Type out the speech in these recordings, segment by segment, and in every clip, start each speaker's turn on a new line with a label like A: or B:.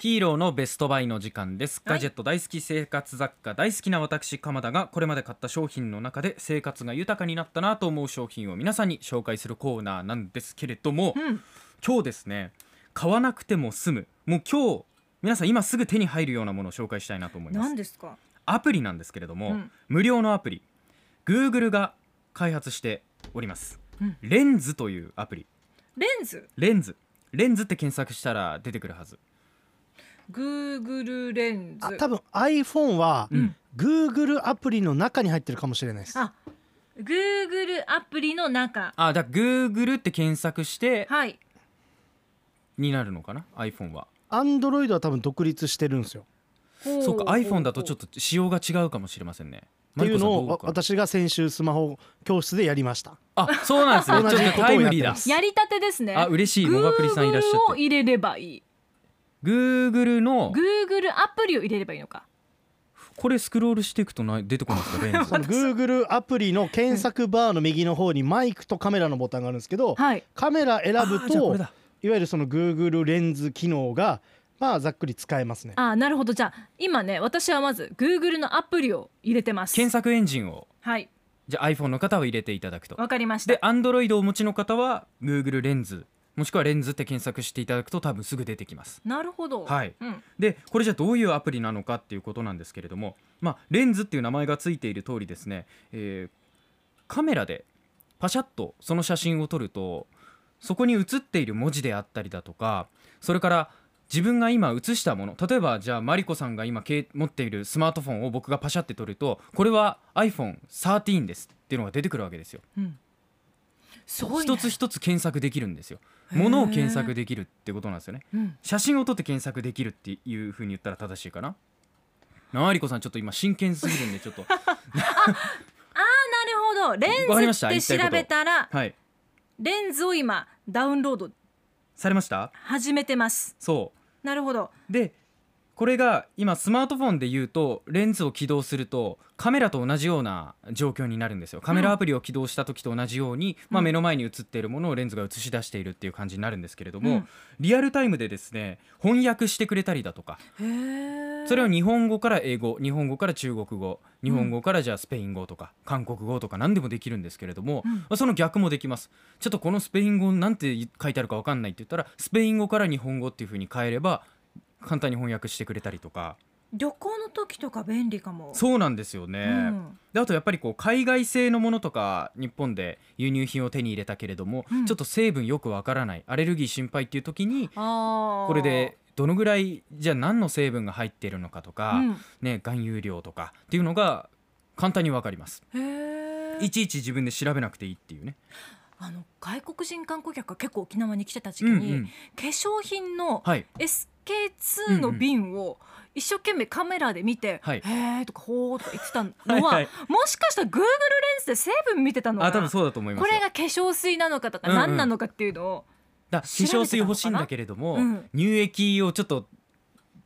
A: ヒーローのベストバイの時間です、ガジェット大好き生活雑貨大好きな私鎌田がこれまで買った商品の中で生活が豊かになったなと思う商品を皆さんに紹介するコーナーなんですけれども、
B: うん
A: 今日ですね買わなくても済むもう今日皆さん今すぐ手に入るようなものを紹介したいなと思います
B: 何ですか
A: アプリなんですけれども、
B: うん
A: 無料のアプリ Google が開発しております、
B: うん
A: レンズというアプリ
B: レンズ
A: レンズレンズって検索したら出てくるはず
B: Google レンズ
C: あ多分 iPhone は、
A: うん
C: Google アプリの中に入ってるかもしれないです。
B: あ Google アプリの中
A: あだから Google って検索して
B: はい
A: になるのかな iPhone は
C: Android は多分独立してるんですよ。
A: そうか iPhone だとちょっ
B: と
A: と仕様が違うかもしれませんね
C: っていうの
A: マリコ
C: を
A: さんど
C: わ
A: かな
C: 私が先週スマホ教室でやりました。
A: あそうなんですね
C: 同
A: ち
C: じ
A: ょっとタイムリー
C: ことをやってま
A: だ
C: す
B: やりたてですね
A: あ嬉しいモバプリさんいらっしゃ
B: Google
A: っ
B: を
A: て
B: 入れればいい
A: Google の
B: Google アプリを入れればいいのか
A: これスクロールしていくとない出てこないですかレンズ
C: その Google アプリの検索バーの右の方にマイクとカメラのボタンがあるんですけど、
B: はい
C: カメラ選ぶ
A: あじゃあことれだ
C: いわゆるその Google レンズ機能がまあざっくり使えますね。
B: あなるほどじゃあ今ね私はまず Google のアプリを入れてます
A: 検索エンジンを
B: はい
A: じゃあ iPhone の方は入れていただくと
B: わかりました
A: で Android をお持ちの方は Google レンズもしくはレンズって検索していただくと多分すぐ出てきます
B: なるほど
A: はい
B: うん
A: でこれじゃどういうアプリなのかっていうことなんですけれども、まあ、レンズっていう名前がついている通りですね、えーカメラでパシャッとその写真を撮るとそこに写っている文字であったりだとかそれから自分が今写したもの例えばじゃあマリコさんが今携持っているスマートフォンを僕がパシャって撮るとこれは iPhone13 ですっていうのが出てくるわけですよ。
B: うんすごいね
A: 一つ一つ検索できるんですよ。
B: へー
A: ものを検索できるってことなんですよね。
B: うん
A: 写真を撮って検索できるっていう風に言ったら正しいかななありこさんちょっと今真剣すぎるんでちょっ と
B: なるほどレ
A: わかり
B: ン
A: まし
B: ズ
A: た
B: って
A: 言いたいこと
B: 調べたら
A: はい
B: レンズを今ダウンロード
A: されました
B: 始めてます
A: そ
B: なるほど
A: うでこれが今スマートフォンで言うとレンズを起動するとカメラと同じような状況になるんですよカメラアプリを起動した時と同じように、まあ、
B: うん
A: 目の前に映っているものをレンズが映し出しているっていう感じになるんですけれども、
B: うん
A: リアルタイムでですね翻訳してくれたりだとか
B: へえ
A: それを日本語から英語日本語から中国語日本語からじゃあスペイン語とか韓国語とか何でもできるんですけれども、
B: うん
A: まあその逆もできますちょっとこのスペイン語なんて書いてあるか分かんないって言ったらスペイン語から日本語っていう風に変えれば簡単に翻訳してくれたりとか
B: 旅行の時とか便利かも
A: そうなんですよね、
B: うん
A: であとやっぱりこう海外製のものとか日本で輸入品を手に入れたけれども、
B: うん
A: ちょっと成分よくわからないアレルギー心配っていう時に
B: あー
A: これでどのぐらいじゃあ何の成分が入っているのかとか、
B: うん
A: ね、含有量とかっていうのが簡単にわかります
B: へえ
A: いちいち自分で調べなくていいっていうね、
B: あの外国人観光客が結構沖縄に来てた時期
A: うんう
B: に、
A: ん、
B: 化粧品の
A: はい
B: SK2 の瓶を一生懸命カメラで見て「
A: はい
B: へー」とか「ほー」とか言ってたのは
A: はいはい
B: もしかしたら Google レンズで成分見てたの
A: あ
B: か
A: 多分
B: な
A: そうだと思います
B: こ
A: よ
B: れが化粧水なのかとか
A: うんうん
B: 何なのかっていうのを、
A: だ化粧水欲しいんだけれども、
B: 調べてたのかな
A: 乳液をちょっと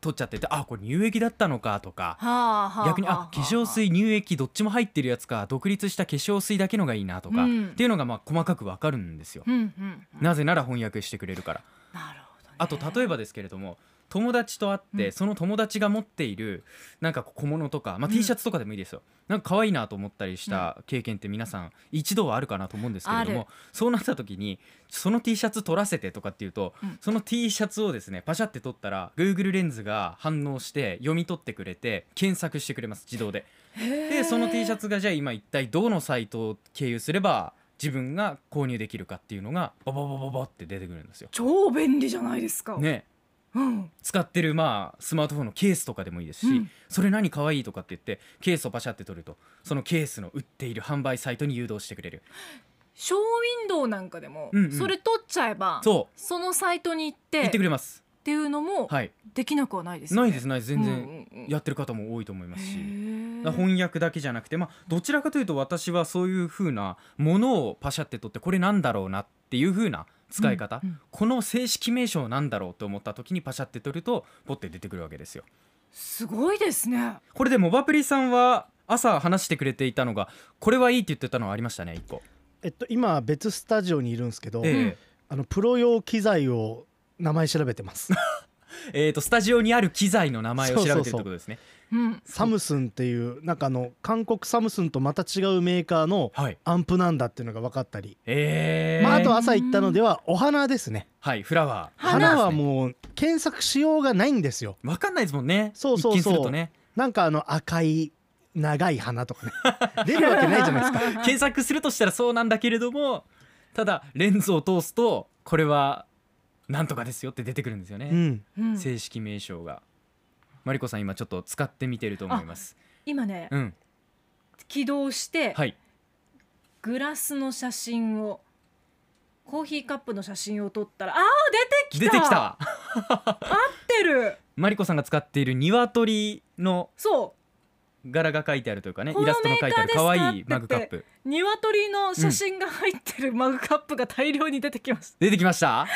A: 取っちゃっててあこれ乳液だったのかとか
B: はあはは
A: 逆にあ化粧水乳液どっちも入ってるやつか独立した化粧水だけのがいいなとか、
B: うん
A: っていうのがまあ細かくわかるんですよ、
B: うんうんうん
A: なぜなら翻訳してくれるから
B: なるほど、ね、
A: あと例えばですけれども友達と会って、
B: うん
A: その友達が持っているなんか小物とか、まあ、
B: うん
A: T シャツとかでもいいですよ、なんか可愛いなと思ったりした経験って皆さん一度はあるかなと思うんですけれど
B: ある
A: もそうなった時にその T シャツ取らせてとかっていうと、
B: うん
A: その T シャツをですねパシャって取ったら Google レンズが反応して読み取ってくれて検索してくれます自動で。
B: へ
A: で
B: ー
A: その T シャツがじゃあ今一体どのサイトを経由すれば自分が購入できるかっていうのがバババババって出てくるんですよ。
B: 超便利じゃないですか、
A: ね
B: うん、
A: 使ってるまあスマートフォンのケースとかでもいいですし、
B: うん
A: それ何可愛いとかって言ってケースをパシャって取るとそのケースの売っている販売サイトに誘導してくれる
B: ショーウィンドウなんかでも、
A: うんうん
B: それ取っちゃえば
A: そう
B: そのサイトに行って
A: 言ってく
B: っ
A: れます
B: ていうのも
A: はい
B: できなくはないですよ
A: な
B: ね
A: いですないです全
B: うん
A: 然
B: うんうん
A: やってる方も多いと思いますし、
B: へ
A: だ
B: ー
A: から翻訳だけじゃなくてまあどちらかというと私はそういう風なものをパシャって取ってこれなんだろうなっていう風な使い方、
B: うんうん
A: この正式名称なんだろうと思った時にパシャって取るとポッて出てくるわけですよ
B: すごいですね
A: これでモバプリさんは朝話してくれていたのがこれはいいって言ってたのはありましたね一個
C: えっと今別スタジオにいるんですけど、
A: ええ
C: あのプロ用機材を名前調べてます。
A: えーとスタジオにある機材の名前を調べてるってことですね。
B: うん
C: サムスンっていうなんかあの韓国サムスンとまた違うメーカーの
A: はい。
C: アンプなんだっていうのが分かったり、
A: えー、
C: まあ、あと朝行ったのではお花ですね
A: はいフラワー。
B: 花
C: 花は
A: う
C: もう検索しようがないんですよ
A: わかんないですもんね。
C: そうそう
A: 一
C: そう
A: 見すると ね。
C: なんかあの赤い長い花とかね出るわけないじゃないですか
A: 検索するとしたらそうなんだけれども、ただレンズを通すとこれはなんとかですよって出てくるんですよ
C: う
A: ね。
C: ん
B: うん
A: 正式名称が。マリコさん今ちょっと使ってみてると思います。
B: 今ね
A: うん。
B: 起動して
A: はい。
B: グラスの写真をコーヒーカップの写真を撮ったらあー出て
A: 出て
B: きた
A: きた。
B: 出てる
A: マリコさんが使っている鶏の
B: そ
A: 柄が書いてあるというかね
B: こ
A: イ
B: の
A: ラストの書いてある
B: メーカーです
A: 可
B: か
A: 愛いマグカップ
B: う鶏の写真が入ってるマグカップが大量に出てきます、
A: 出てきました
B: あ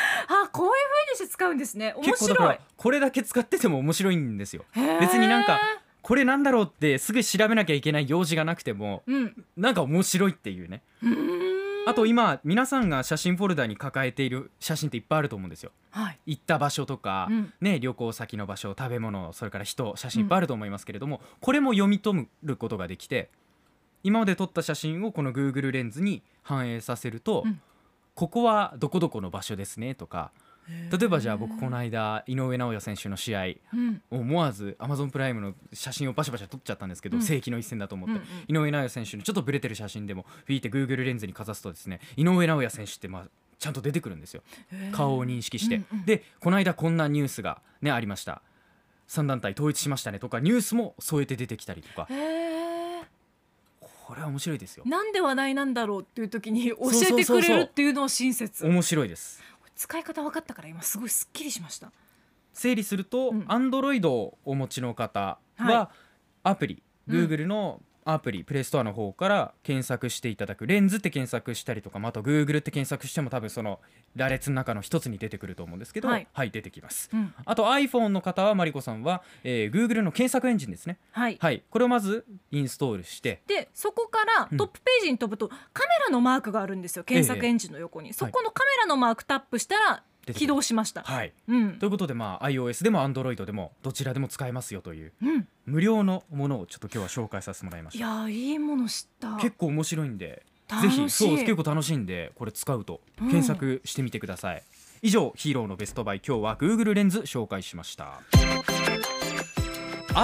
B: こういう風にして使うんですね面
A: 結構だか
B: 白い
A: らこれだけ使ってても面白いんですよ別になんか
B: へ
A: これなんだろうってすぐ調べなきゃいけない用事がなくても
B: ーうん
A: なんか面白いっていうね
B: うーん
A: あと今皆さんが写真フォルダに抱えている写真っていっぱいあると思うんですよ
B: はい
A: 行った場所とか、
B: うん
A: ね、旅行先の場所食べ物それから人写真いっぱいあると思いますけれども、これも読み取ることができて今まで撮った写真をこの Google レンズに反映させると、
B: うん
A: ここはどこどこの場所ですねとか例えばじゃあ僕この間井上尚弥選手の試合
B: うん
A: 思わず Amazon プライムの写真をバシャバシャ撮っちゃったんですけど、
B: うん
A: 世紀の一戦だと思っ
B: うんう
A: て、
B: ん
A: 井上尚弥選手のちょっとブレてる写真でもフィーって Google レンズにかざすとですね井上尚弥選手ってまあちゃんと出てくるんですよ
B: へー
A: 顔を認識して、
B: うんうん
A: でこの間こんなニュースが、ね、ありました3団体統一しましたねとかニュースも添えて出てきたりとか
B: へー
A: これは面白いですよ
B: なんで話題なんだろうっていう時に教
A: そう
B: え
A: そう
B: て
A: そう
B: く
A: そう
B: れるっていうのを親切
A: 面白いです
B: 使い方分かったから今すごいすっきりしました
A: 整理すると、
B: うん
A: Android をお持ちの方は
B: は
A: アプリ、
B: うん
A: Google のアプリ、プレイストアの方から検索していただくレンズって検索したりとか、まあ、あと Google って検索しても多分その羅列の中の一つに出てくると思うんですけど、は
B: はいい、
A: 出てきます
B: うん
A: あと iPhone の方はマリコさんは、えー Google の検索エンジンですね
B: はい
A: はいこれをまずインストールして
B: でそこから
A: うん
B: トップページに飛ぶと、カメラのマークがあるんですよ検索エンジンの横に、そこのカメラのマークタップしたら
A: 出てくる
B: 起動しました、
A: はい
B: うん
A: ということで、まあ、iOS でも Android でもどちらでも使えますよという
B: うん、
A: 無料のものをちょっと今日は紹介させてもらいま
B: い
A: した
B: やーいいもの知った
A: 結構面白いんで
B: 楽
A: ぜ
B: しい
A: ひそう結構楽しいんでこれ使うと
B: うん
A: 検索してみてください、以上ヒーローのベストバイ今日は Google レンズ紹介しましたア